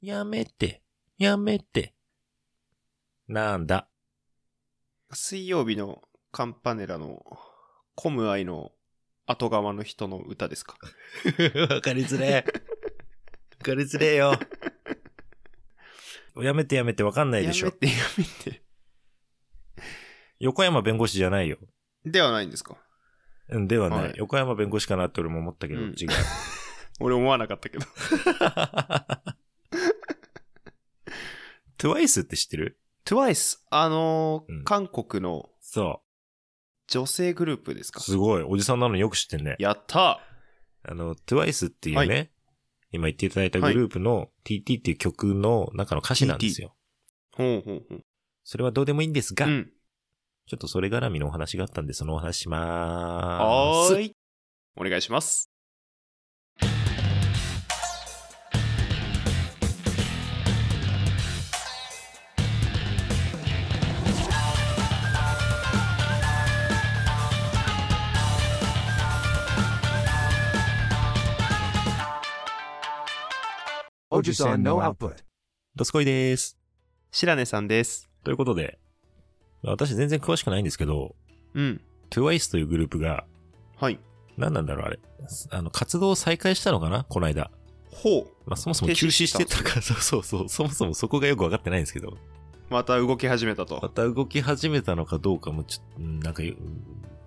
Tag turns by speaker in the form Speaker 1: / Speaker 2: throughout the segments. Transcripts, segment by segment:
Speaker 1: やめて、やめて。なんだ。
Speaker 2: 水曜日のカンパネラのコムアイの後釜の人の歌ですか。
Speaker 1: わかりづれえ。わかりづれえ よ。やめてやめてわか んないでしょ
Speaker 2: や。めてやめて。
Speaker 1: 横山弁護士じゃないよ。
Speaker 2: ではないんですか。
Speaker 1: うん、ではない。
Speaker 2: はい
Speaker 1: 横山弁護士かなって俺も思ったけど、
Speaker 2: うん
Speaker 1: 違う。
Speaker 2: 俺思わなかったけど。
Speaker 1: トゥワイスって知ってる
Speaker 2: TWICE、あのー
Speaker 1: うん
Speaker 2: 韓国の
Speaker 1: そ
Speaker 2: 女性グループです
Speaker 1: う。
Speaker 2: か。
Speaker 1: すごい。おじさんなのよく知ってんね。
Speaker 2: やった
Speaker 1: あの、トゥワイスっていうね、
Speaker 2: は
Speaker 1: 今言っていただいたグループの TT っていう曲の中の歌詞なんですよ。
Speaker 2: ーほうほうほう。
Speaker 1: それはどうでもいいんですが、
Speaker 2: うん。
Speaker 1: ちょっとそれ絡みのお話があったんで、そのお話しま
Speaker 2: は
Speaker 1: ーす。
Speaker 2: ーい。お願いします。
Speaker 3: Ojisan no output.
Speaker 1: どすこいです。
Speaker 2: 白根さんです。
Speaker 1: ということで、私全然詳しくないんですけど、
Speaker 2: うん。
Speaker 1: トゥワイスというグループが、
Speaker 2: はい。
Speaker 1: 何なんだろうあれ。あの、活動を再開したのかなこの間。
Speaker 2: ほう。
Speaker 1: まあ、そもそも
Speaker 2: 停
Speaker 1: 休
Speaker 2: 止
Speaker 1: 止
Speaker 2: し
Speaker 1: した
Speaker 2: ん
Speaker 1: て
Speaker 2: です
Speaker 1: たから、 そうそうそう、そもそもそこがよくわかってないんですけど、
Speaker 2: また動き始めた
Speaker 1: ま
Speaker 2: と。
Speaker 1: た動き始めたのかどうかも、ちょっと、うんなんかよ、うん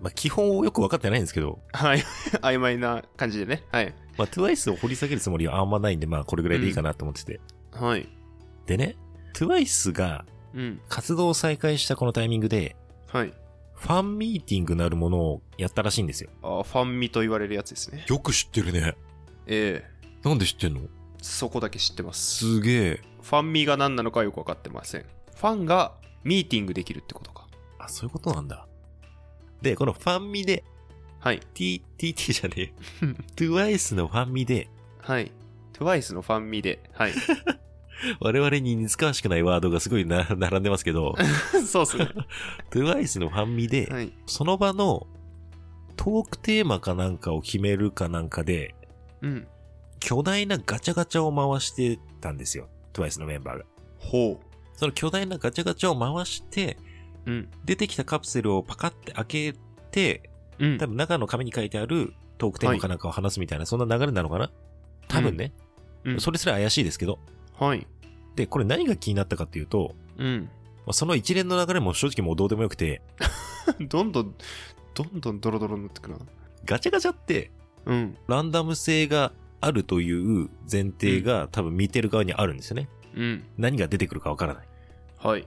Speaker 1: まあ、基本をよくわかってないんですけど、
Speaker 2: はい。曖昧な感じでね。はい。
Speaker 1: まあ、TWICE を掘り下げるつもりはあんまないんで、まあ、これぐらいでいいかなと思ってて。
Speaker 2: はい。
Speaker 1: でね、TWICE が
Speaker 2: うん。
Speaker 1: 活動を再開したこのタイミングで、
Speaker 2: はい。
Speaker 1: ファンミーティングなるものをやったらしいんですよ。
Speaker 2: あファンミと言われるやつですね。
Speaker 1: よく知ってるね。
Speaker 2: え
Speaker 1: なんで知ってんの
Speaker 2: えそこだけ知ってます。
Speaker 1: すげえ。
Speaker 2: ファンミが何なのかよくわかってません。ファンがミーティングできるってことか。
Speaker 1: あ、そういうことなんだ。で、このファンミで、
Speaker 2: はい。
Speaker 1: T、TT じゃね え。TWICE のファンミで、
Speaker 2: はい。TWICE のファンミで。はい。
Speaker 1: 我々に似つかわしくないワードがすごいな並んでますけ ど、
Speaker 2: そうっすね。
Speaker 1: TWICE のファンミで、
Speaker 2: はい。
Speaker 1: その場のトークテーマかなんかを決めるかなんかで、
Speaker 2: うん。
Speaker 1: 巨大なガチャガチャを回してたんですよ。TWICE のメンバーが。
Speaker 2: ほ
Speaker 1: その巨大なガチャガチャを回して、
Speaker 2: う。うん。
Speaker 1: 出てきたカプセルをパカって開けて、
Speaker 2: うん
Speaker 1: 多。分中の紙に書いてあるトークテーマかなんかを話すみたいな、そんな流れなのかな多分ね、
Speaker 2: うん
Speaker 1: それすら怪しいですけど。
Speaker 2: はい。
Speaker 1: で、これ何が気になったかっていうと、
Speaker 2: うん。
Speaker 1: まあその一連の流れも正直もうどうでもよくて、
Speaker 2: どんどん、どんどんドロドロになってくな。
Speaker 1: ガチャガチャって
Speaker 2: うん。
Speaker 1: ランダム性があるという前提が多分見てる側にあるんですよね。
Speaker 2: うん。
Speaker 1: 何が出てくるかわからない。
Speaker 2: はい。
Speaker 1: っ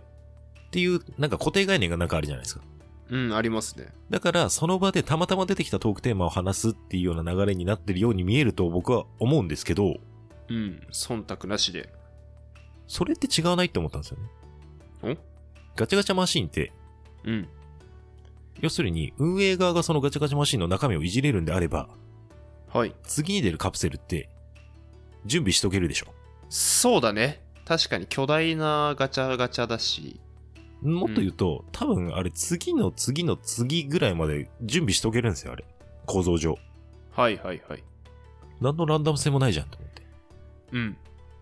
Speaker 1: ていう、なんか固定概念がなんかあるじゃないですか。
Speaker 2: うん、ありますね。
Speaker 1: だから、その場でたまたま出てきたトークテーマを話すっていうような流れになってるように見えると僕は思うんですけど、
Speaker 2: うん。忖度なしで。
Speaker 1: それって違わないって思ったんですよね。
Speaker 2: ん
Speaker 1: ガチャガチャマシンって、
Speaker 2: うん。
Speaker 1: 要するに運営側がそのガチャガチャマシンの中身をいじれるんであれば、
Speaker 2: はい。
Speaker 1: 次に出るカプセルって、準備しとけるでしょ。
Speaker 2: そうだね。確かに巨大なガチャガチャだし。
Speaker 1: もっと言うと、多分あれ次の次の次ぐらいまで準備しとけるんですよ、あれ。構造上。
Speaker 2: はいはいはい。
Speaker 1: 何のランダム性もないじゃんと思って。
Speaker 2: うん。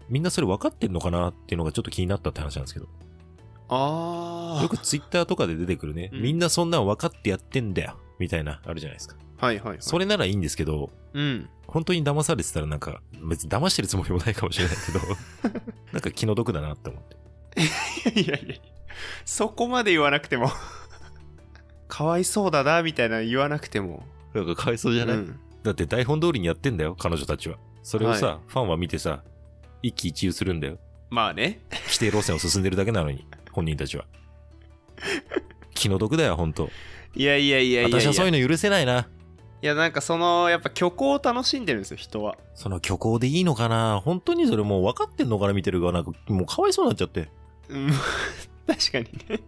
Speaker 1: みんなそれ分かってんのかなっていうのがちょっと気になったって話なんですけど。
Speaker 2: あー。
Speaker 1: よくツイッターとかで出てくるね。
Speaker 2: うん
Speaker 1: みんなそんなん分かってやってんだよ。みたいな、あるじゃないですか。
Speaker 2: はいはい、はい。
Speaker 1: それならいいんですけど、
Speaker 2: うん。
Speaker 1: 本当に騙されてたらなんか、別に騙してるつもりもないかもしれないけど、 なんか気の毒だなって思って。
Speaker 2: いやいやいや、そこまで言わなくても。 かわいそうだな、みたいなの言わなくても。
Speaker 1: なんかかわいそうじゃない、
Speaker 2: うん
Speaker 1: だって台本通りにやってんだよ、彼女たちは。それをさ、
Speaker 2: は
Speaker 1: ファンは見てさ、一喜一憂するんだよ。
Speaker 2: まあね。
Speaker 1: 規定路線を進んでるだけなのに、本人たちは。気の毒だよ、本当
Speaker 2: いやいやいやいやい
Speaker 1: 私
Speaker 2: や。
Speaker 1: はそういうの許せないな。
Speaker 2: いや、なんかその、やっぱ虚構を楽しんでるんですよ、人は。
Speaker 1: その虚構でいいのかな本当にそれもう分かってんのかな見てる側なんか、もうかわいそうになっちゃって。
Speaker 2: うん。 確かにね。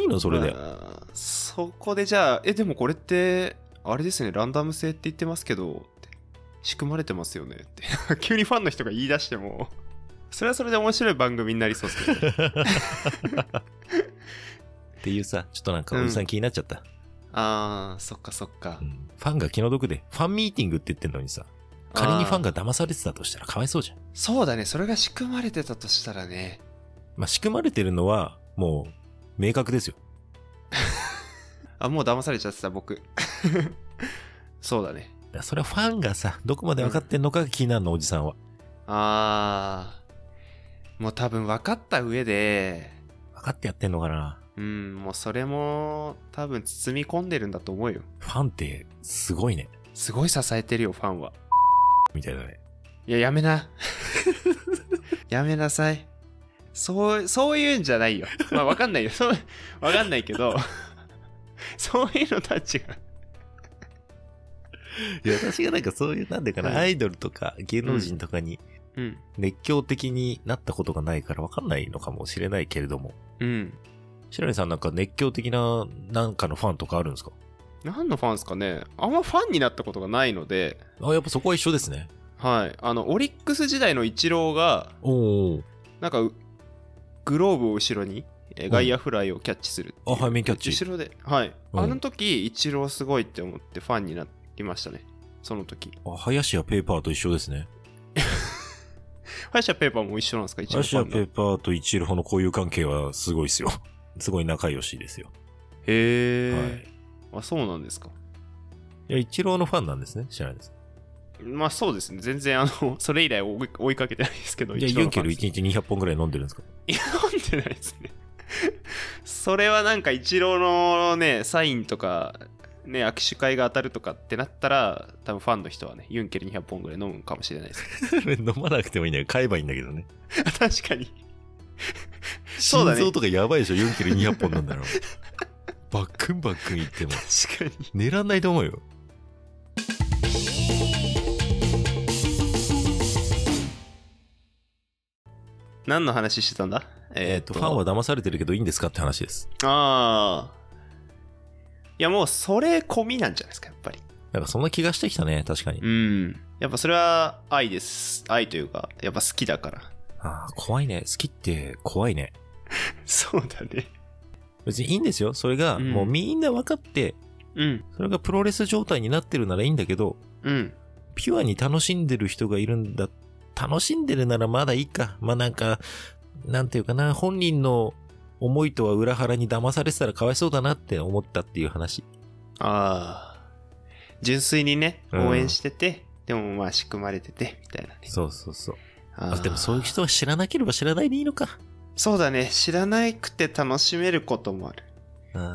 Speaker 1: いいのそれで。
Speaker 2: まあそこでじゃあ、え、でもこれって、あれですね、ランダム性って言ってますけど、って仕組まれてますよねって。 急にファンの人が言い出しても、それはそれで面白い番組になりそうです けどね。
Speaker 1: っていうさ、ちょっとなんかおじさん気になっちゃった、
Speaker 2: あー、そっかそっか
Speaker 1: う。んファンが気の毒で、ファンミーティングって言ってんのにさ、仮にファン
Speaker 2: が
Speaker 1: が騙されてたとしたらかわいそうじゃん。
Speaker 2: そうだねそれが仕組まれてたとしたらね
Speaker 1: まあ、仕組まれてるのは、もう、明確ですよ。
Speaker 2: あもう騙されちゃってた僕 そうだね
Speaker 1: だからそれはファンがさ、どこまで分かってんのかが気になるの、おじさんは。
Speaker 2: あーもう多分分かった上で
Speaker 1: 分かってやってんのかな
Speaker 2: うんもうそれも多分包み込んでるんだと思うよ
Speaker 1: ファンって、すごいね。
Speaker 2: すごい支えてるよファンは
Speaker 1: みたいだね。
Speaker 2: いややめな やめなさいそうそういうんじゃないよまあ分かんないよそう分かんないけど そういうのたちが
Speaker 1: いや、私がなんかそういう、なんでか
Speaker 2: うん
Speaker 1: な、アイドルとか芸能人とかに
Speaker 2: うん
Speaker 1: 熱狂的になったことがないから分かんないのかもしれないけれども。
Speaker 2: うん
Speaker 1: 白根さんなんか熱狂的な、なんかのファンとかあるんですか
Speaker 2: 何のファンですかねあんまファンになったことがないので
Speaker 1: あ、やっぱそこは一緒ですね。
Speaker 2: はいあのオリックス時代のイチローが
Speaker 1: おー。
Speaker 2: なんかうグローブを後ろにえーガイアフライをキャッチするっていう
Speaker 1: あ背面キャッチ
Speaker 2: 後ろではい、
Speaker 1: うん
Speaker 2: あの時イチローすごいって思ってファンになりましたねその時
Speaker 1: あ、林家ペーパーと一緒ですね。
Speaker 2: 林家ペーパーも一緒なんですかイチロー
Speaker 1: 林
Speaker 2: ファ
Speaker 1: 家
Speaker 2: ン
Speaker 1: ペ
Speaker 2: のへ
Speaker 1: ーパーと一郎の交友関係はすごいですよ。 すごい仲良しですよ。
Speaker 2: え、あそうなんですか
Speaker 1: いや、一郎のファンなんですね。知らないです。
Speaker 2: まあそうですね全然あのそれ以来追い追いかけてないですけど
Speaker 1: じゃあ、
Speaker 2: イチ
Speaker 1: ユン
Speaker 2: ローのファ
Speaker 1: ケ
Speaker 2: ン
Speaker 1: ル
Speaker 2: で
Speaker 1: 1
Speaker 2: す
Speaker 1: 日200本ぐらい飲んでるんですか
Speaker 2: 飲んでないですねそれはなんかイチローのねサインとかね握手会が当たるとかってなったら多分ファンの人はねユンケル200本ぐらい飲むかもしれないです
Speaker 1: 飲まなくてもいいんだよ。買えばいいんだけどね。
Speaker 2: 確かにそうだ
Speaker 1: 心
Speaker 2: ね
Speaker 1: 臓とかやばいでしょ。ユンケル200本なんだろ う。バックンバックンいっても。
Speaker 2: 確かに
Speaker 1: 狙んないと思うよ。
Speaker 2: 何の話してたんだ
Speaker 1: えっ、と、ファンは騙されてるけどいいんですかって話です。
Speaker 2: ああいやもうそれ込みなんじゃないですかやっぱり
Speaker 1: なんかそんな気がしてきたね。確かに。
Speaker 2: うんやっぱそれは愛です愛というかやっぱ好きだから
Speaker 1: ああ、怖いね。好きって怖いね。
Speaker 2: そうだね
Speaker 1: 別にいいんですよ。それが、
Speaker 2: うん
Speaker 1: もうみんな分かって、
Speaker 2: うん
Speaker 1: それがプロレス状態になってるならいいんだけど、
Speaker 2: うん
Speaker 1: ピュアに楽しんでる人がいるんだ。楽しんでるならまだいいか。まあなんか、なんていうかな、本人の思いとは裏腹に騙されてたらかわいそうだなって思ったっていう話。
Speaker 2: ああ純粋にね
Speaker 1: うん
Speaker 2: 応援してて、でもまあ仕組まれててみたいなね
Speaker 1: そうそうそう。
Speaker 2: あ
Speaker 1: あ
Speaker 2: ー
Speaker 1: でもそういう人は知らなければ知らないでいいのか。
Speaker 2: そうだね知らなくて楽しめることもある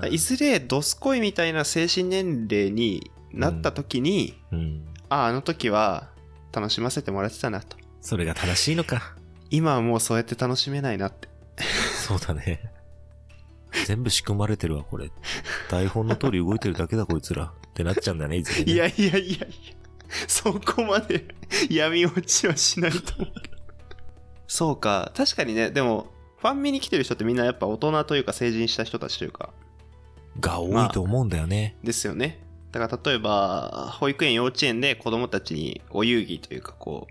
Speaker 1: あ
Speaker 2: いずれドスコイみたいな精神年齢になった時に、
Speaker 1: うん。
Speaker 2: あああの時は楽しませてもらってたなと
Speaker 1: それが正しいの か。
Speaker 2: 今はもうそうやって楽しめないなって
Speaker 1: そうだね。全部仕組まれてるわ、これ。台本の通り動いてるだけだ、こいつら。ってなっちゃうんだね、いずれ、ね。
Speaker 2: いやいやいやいやそこまで 闇落ちはしないと思うけどそうか確かにねでもファンミに来てる人ってみんなやっぱ大人というか成人した人たちというか
Speaker 1: が多いと思うんだよね。
Speaker 2: ですよねだから例えば保育園幼稚園で子供たちにお遊戯というかこ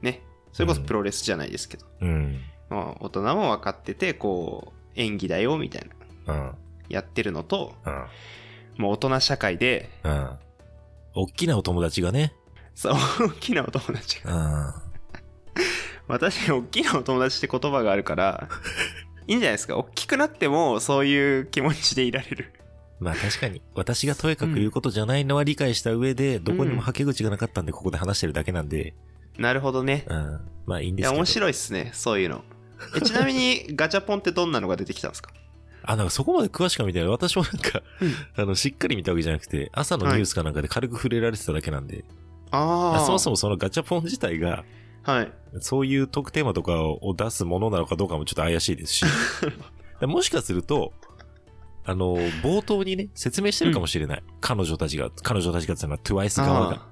Speaker 2: うねそれこそプロレスじゃないですけど、
Speaker 1: うん。
Speaker 2: まあ、大人も分かっててこう演技だよみたいな
Speaker 1: うん。
Speaker 2: やってるのと
Speaker 1: うん。
Speaker 2: もう大人社会で
Speaker 1: うん。おっきなお友達がね。
Speaker 2: そう大きなお友達が
Speaker 1: うん。あ
Speaker 2: まあ確かに大きなお友達って言葉があるから いいんじゃないですか大きくなってもそういう気持ちでいられる
Speaker 1: まあ確かに、私がとやかく言うことじゃないのは理解した上で、どこにもはけ口がなかったんで、ここで話してるだけなんで、
Speaker 2: なるほどね
Speaker 1: うん。まあいいん
Speaker 2: い
Speaker 1: です
Speaker 2: や
Speaker 1: けど。
Speaker 2: 面白いっすねそういうのえちなみにガチャポンってどんなのが出てきたんですか
Speaker 1: あ、なんかそこまで詳しくは見てない。私もなんか、あの、しっかり見たわけじゃなくて、朝のニュースかなんかで軽く触れられてただけなんで、
Speaker 2: ああ
Speaker 1: そもそ
Speaker 2: も
Speaker 1: もそのガチャポン自体が、
Speaker 2: はい
Speaker 1: そういう特テーマとかを出すものなのかどうかもちょっと怪しいですし。もしかすると、あの、冒頭にね、説明してるかもしれない。彼女たちが、彼女たちがっていうのは TWICE 側が。
Speaker 2: あ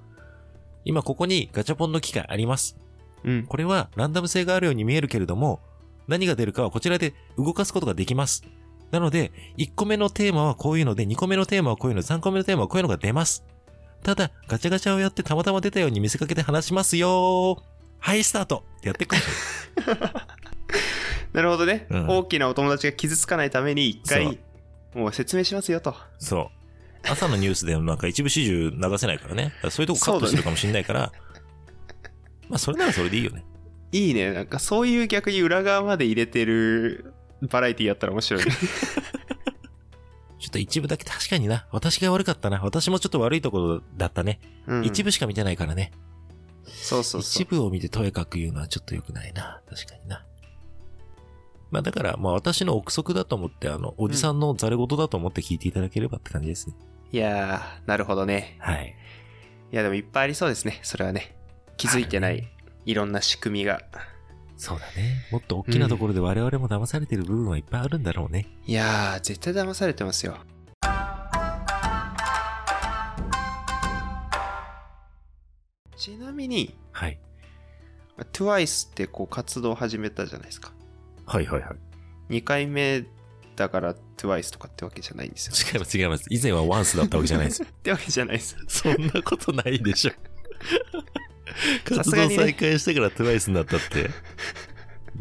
Speaker 1: 今ここにガチャポンの機械あります。
Speaker 2: ーうん
Speaker 1: これはランダム性があるように見えるけれども、何が出るかはこちらで動かすことができます。なので、1個目のテーマはこういうので、2個目のテーマはこういうの、3個目のテーマはこういうのが出ます。ただ、ガチャガチャをやってたまたま出たように見せかけて話しますよーはい、スタートってやってくる。
Speaker 2: なるほどね、
Speaker 1: うん
Speaker 2: 大きなお友達が傷つかないために一
Speaker 1: そう
Speaker 2: 回もう説明しますよと
Speaker 1: そう。朝のニュースでもなんか一部始終流せないからね。だからそういうとこカットしてるかもしれないから、まあ、それならそれでいいよね。
Speaker 2: いいね。なんかそういう逆に裏側まで入れてるバラエティやったら面 白いね。
Speaker 1: ちょっと一部だけ確かにな。私が悪かったな。私もちょっと悪いところだったね。
Speaker 2: うん
Speaker 1: 一部しか見てないからね。
Speaker 2: そうそうそ
Speaker 1: 一
Speaker 2: う。
Speaker 1: 部を見てとやかく言うのはちょっと良くないな。確かにな。まあだから、まあ私の憶測だと思って、あの、おじさんのざれ言だと思って聞いていただければって感じですね。
Speaker 2: いやー、なるほどね。
Speaker 1: はい。
Speaker 2: いや、でもいっぱいありそうですね。それはね。気づいてな
Speaker 1: ある
Speaker 2: い、いろんな仕組みが。
Speaker 1: そうだね。もっと大きなところで我々も騙されてる部分はいっぱいあるんだろうね。
Speaker 2: いやー、絶対騙されてますよ。ちなみに、
Speaker 1: はい。
Speaker 2: TWICE ってこう活動を始めたじゃないですか。
Speaker 1: はいはいはい。
Speaker 2: 2回目だから TWICE とかってわけじゃないんですよ。
Speaker 1: 違います違います。以前はワンスだったわけじゃないです。
Speaker 2: ってわけじゃないです。
Speaker 1: そんなことないでしょ。
Speaker 2: さ
Speaker 1: 活
Speaker 2: す
Speaker 1: 動
Speaker 2: がにね
Speaker 1: 再開してから TWICE になったって。だ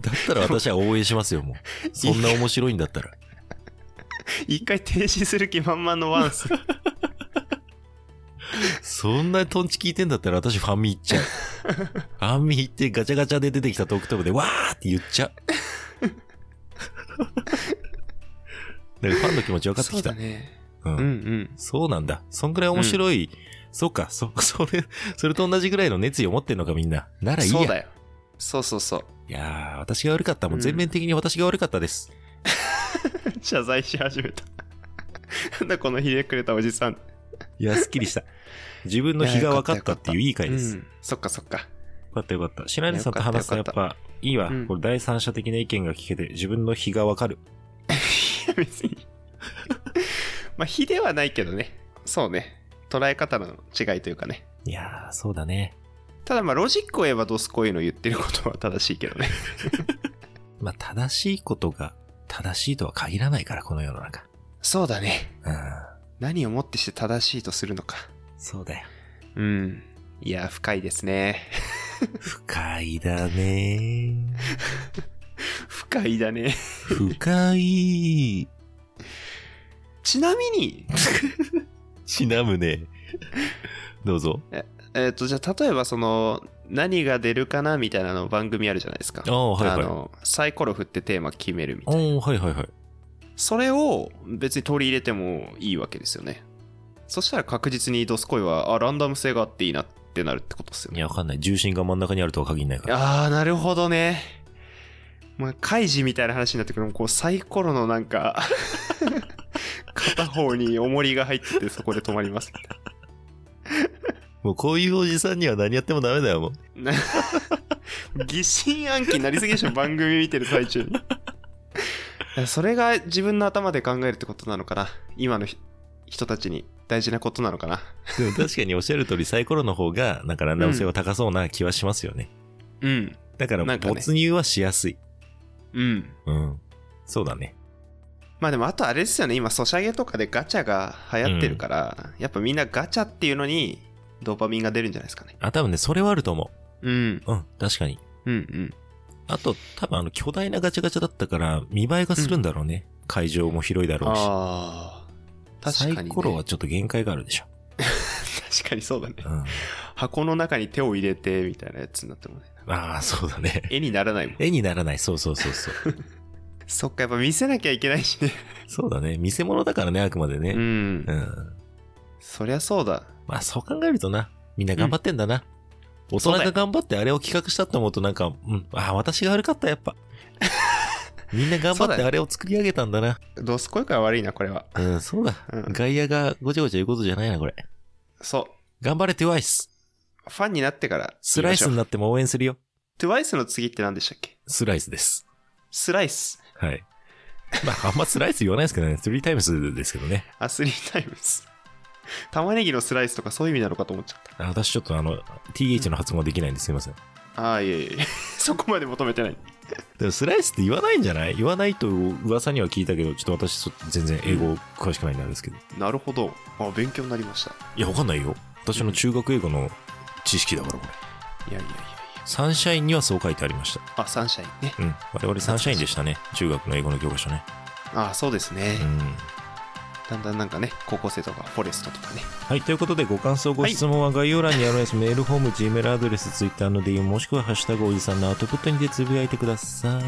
Speaker 1: ったら私は応援しますよ、もう。そんな面白いんだったら。
Speaker 2: 一回停止する気満々のワンス。
Speaker 1: そんなトンチ聞いてんだったら私ファミ行っちゃう。ファミ行ってガチャガチャで出てきたトークトークでわーって言っ ちゃう。なんかファンの気持ち分かって
Speaker 2: そう
Speaker 1: きた。
Speaker 2: だね。
Speaker 1: うん
Speaker 2: うんうん。
Speaker 1: そうなんだ。そんぐらい面白い。そうか、そ、 それ、それと同じぐらいの熱意を持ってんのかみんな。ならいいや。
Speaker 2: そうだよ。そうそうそう。
Speaker 1: いやー、私が悪かった。もう
Speaker 2: うん
Speaker 1: 全面的に私が悪かったです。
Speaker 2: 謝罪し始めた。 なんだこのひねくれたおじさん。
Speaker 1: いや、すっきり した。自分の日が分かったっていういい回です。
Speaker 2: う
Speaker 1: よ
Speaker 2: んそっかそっか。
Speaker 1: かったよかった。白根さんと話すとやっ
Speaker 2: よか
Speaker 1: ぱ、いいわ。
Speaker 2: うん
Speaker 1: これ第三者的な意見が聞けて、自分の日が分かる。
Speaker 2: いや別に。 まあ、非ではないけどね。そうね。捉え方の違いというかね。
Speaker 1: いやー、そうだね。
Speaker 2: ただまあ、ロジックを言えばドスコイの言ってることは正しい けどね。
Speaker 1: まあ、正しいことが正しいとは限らないから、この世の中。
Speaker 2: そうだね。
Speaker 1: うん。
Speaker 2: 何をもってして正しいとするのか。
Speaker 1: そうだよ。
Speaker 2: うん。いや、深いですね。
Speaker 1: 深いだね
Speaker 2: 深いだね。
Speaker 1: 深い。
Speaker 2: ちなみに、
Speaker 1: ちなむね。どうぞ。
Speaker 2: えっと、じゃあ、例えばその、何が出るかなみたいなの番組あるじゃないですか。
Speaker 1: ああ、はい
Speaker 2: あ
Speaker 1: はい。
Speaker 2: の、サイコロ振ってテーマ決めるみたいな。
Speaker 1: おーはいはいはい。
Speaker 2: それを別に取り入れてもいいわけですよね。そしたら確実にドスコイは、あ、ランダム性があっていいなってなるってことですよ
Speaker 1: い
Speaker 2: ね。
Speaker 1: や、わかんない。重心が真ん中にあるとは限らないから。
Speaker 2: あー、なるほどね。まあ、開示みたいな話になってくるもこう、サイコロのなんか、 片方に重りが入っててそこで止まります。
Speaker 1: もうこういうおじさんには何やってもダメだよ、 もう。
Speaker 2: な 疑心暗鬼になりすぎでしょ、番組見てる最中に。それが自分の頭で考えるってことなのかな。今のひ人たちに大事なことなのかな。
Speaker 1: でも確かにおっしゃる通り、サイコロの方が、なんかランダム性は高そうな気はしますよね。
Speaker 2: うん。
Speaker 1: だから、
Speaker 2: なんかね
Speaker 1: 没入はしやすい。
Speaker 2: うん。
Speaker 1: うん。そうだね。
Speaker 2: まあでもあとあれですよね、今、ソシャゲとかでガチャが流行ってるから、やっぱみんなガチャっていうのにドーパミンが出るんじゃないですかね。
Speaker 1: あ、多分ね、それはあると思
Speaker 2: うん。
Speaker 1: う。うん、確かに。
Speaker 2: うんうん。
Speaker 1: あと、多分あの、巨大なガチャガチャだったから、見栄えがするんだろうね。会場も広いだろうし。
Speaker 2: ああ。確かに、ね。
Speaker 1: サイコロはちょっと限界があるでしょ。
Speaker 2: 確かにそうだね。
Speaker 1: うん。
Speaker 2: 箱の中に手を入れてみたいなやつになってもね。
Speaker 1: ああ、そうだね。
Speaker 2: 絵にならないもん。
Speaker 1: 絵にならない。そうそうそうそう。
Speaker 2: そっか、やっぱ見せなきゃいけないしね。
Speaker 1: そうだね。見せ物だからね、あくまで
Speaker 2: う
Speaker 1: ね。
Speaker 2: ん
Speaker 1: う。ん。
Speaker 2: そりゃそうだ。
Speaker 1: まあ、そう考えるとな、みんな頑張ってんだな。大人が頑張ってあれを企画したと思うとなんか、うん、ああ、私が悪かった、やっ ぱ。みんな頑
Speaker 2: そ
Speaker 1: 張
Speaker 2: う
Speaker 1: っ
Speaker 2: だ
Speaker 1: て
Speaker 2: よ
Speaker 1: あれを作り上げたんだな。
Speaker 2: どすこいから悪いな、これは。
Speaker 1: うん、そうだ。
Speaker 2: うん。
Speaker 1: 外野がごちゃごちゃ言うことじゃないな、これ。
Speaker 2: そ
Speaker 1: 頑張れ、トゥワイス。
Speaker 2: う。ファンになってから。
Speaker 1: スライスになっても応援するよ。
Speaker 2: トゥワイスの次って何でしたっけ
Speaker 1: スライスです。
Speaker 2: スライス。
Speaker 1: はい。まあ、あんまスライス言わないですけどね。スリータイムスですけどね。
Speaker 2: アスリータイムス。 玉ねぎのスライスとかそういう意味なのかと思っちゃっ
Speaker 1: あ私ちょっとあの、TH の発音ができないんですいません。
Speaker 2: た。ああ、いえいえ。 そこまで求めてない。
Speaker 1: でもスライスって言わないんじゃない言わないと噂には聞いたけど、ちょっと私そ全然英語詳しくないんであれですけど。
Speaker 2: なるほど。あ勉強になりました。
Speaker 1: いや、わかんないよ。私の中学英語の知識だからこれ。
Speaker 2: いやいやいやいや。
Speaker 1: サンシャインにはそう書いてありました。
Speaker 2: あ、サンシャインね。
Speaker 1: うん。我々サンシャインでしたね。中学の英語の教科書ね。
Speaker 2: ああ、そうですね
Speaker 1: う。ん。
Speaker 2: だんだんなんかね、高校生とかフォレストとかね。
Speaker 1: はい、ということで、ご感想、ご質問は概要欄にあるです。メールフォーム、Gmail アドレス、Twitter の DM、もしくはハッシュタグおじさんのアウトプットにてつぶやいてくださ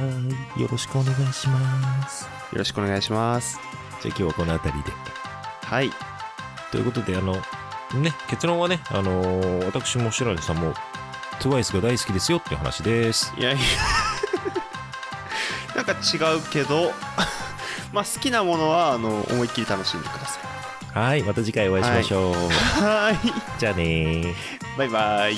Speaker 1: い。よろしくお願いします。
Speaker 2: よろしくお願いします。
Speaker 1: じゃあ今日はこの辺りで。
Speaker 2: はい。
Speaker 1: ということで、あの、ね、結論はね、あのー私も白根さんも、TWICE が大好きですよっていう話です。
Speaker 2: いやいやなんか違うけど まあ好きなものはあの思いっきり楽しんでください
Speaker 1: はい、また次回お会いしましょう。
Speaker 2: はーい
Speaker 1: じゃあねー。
Speaker 2: バイバイ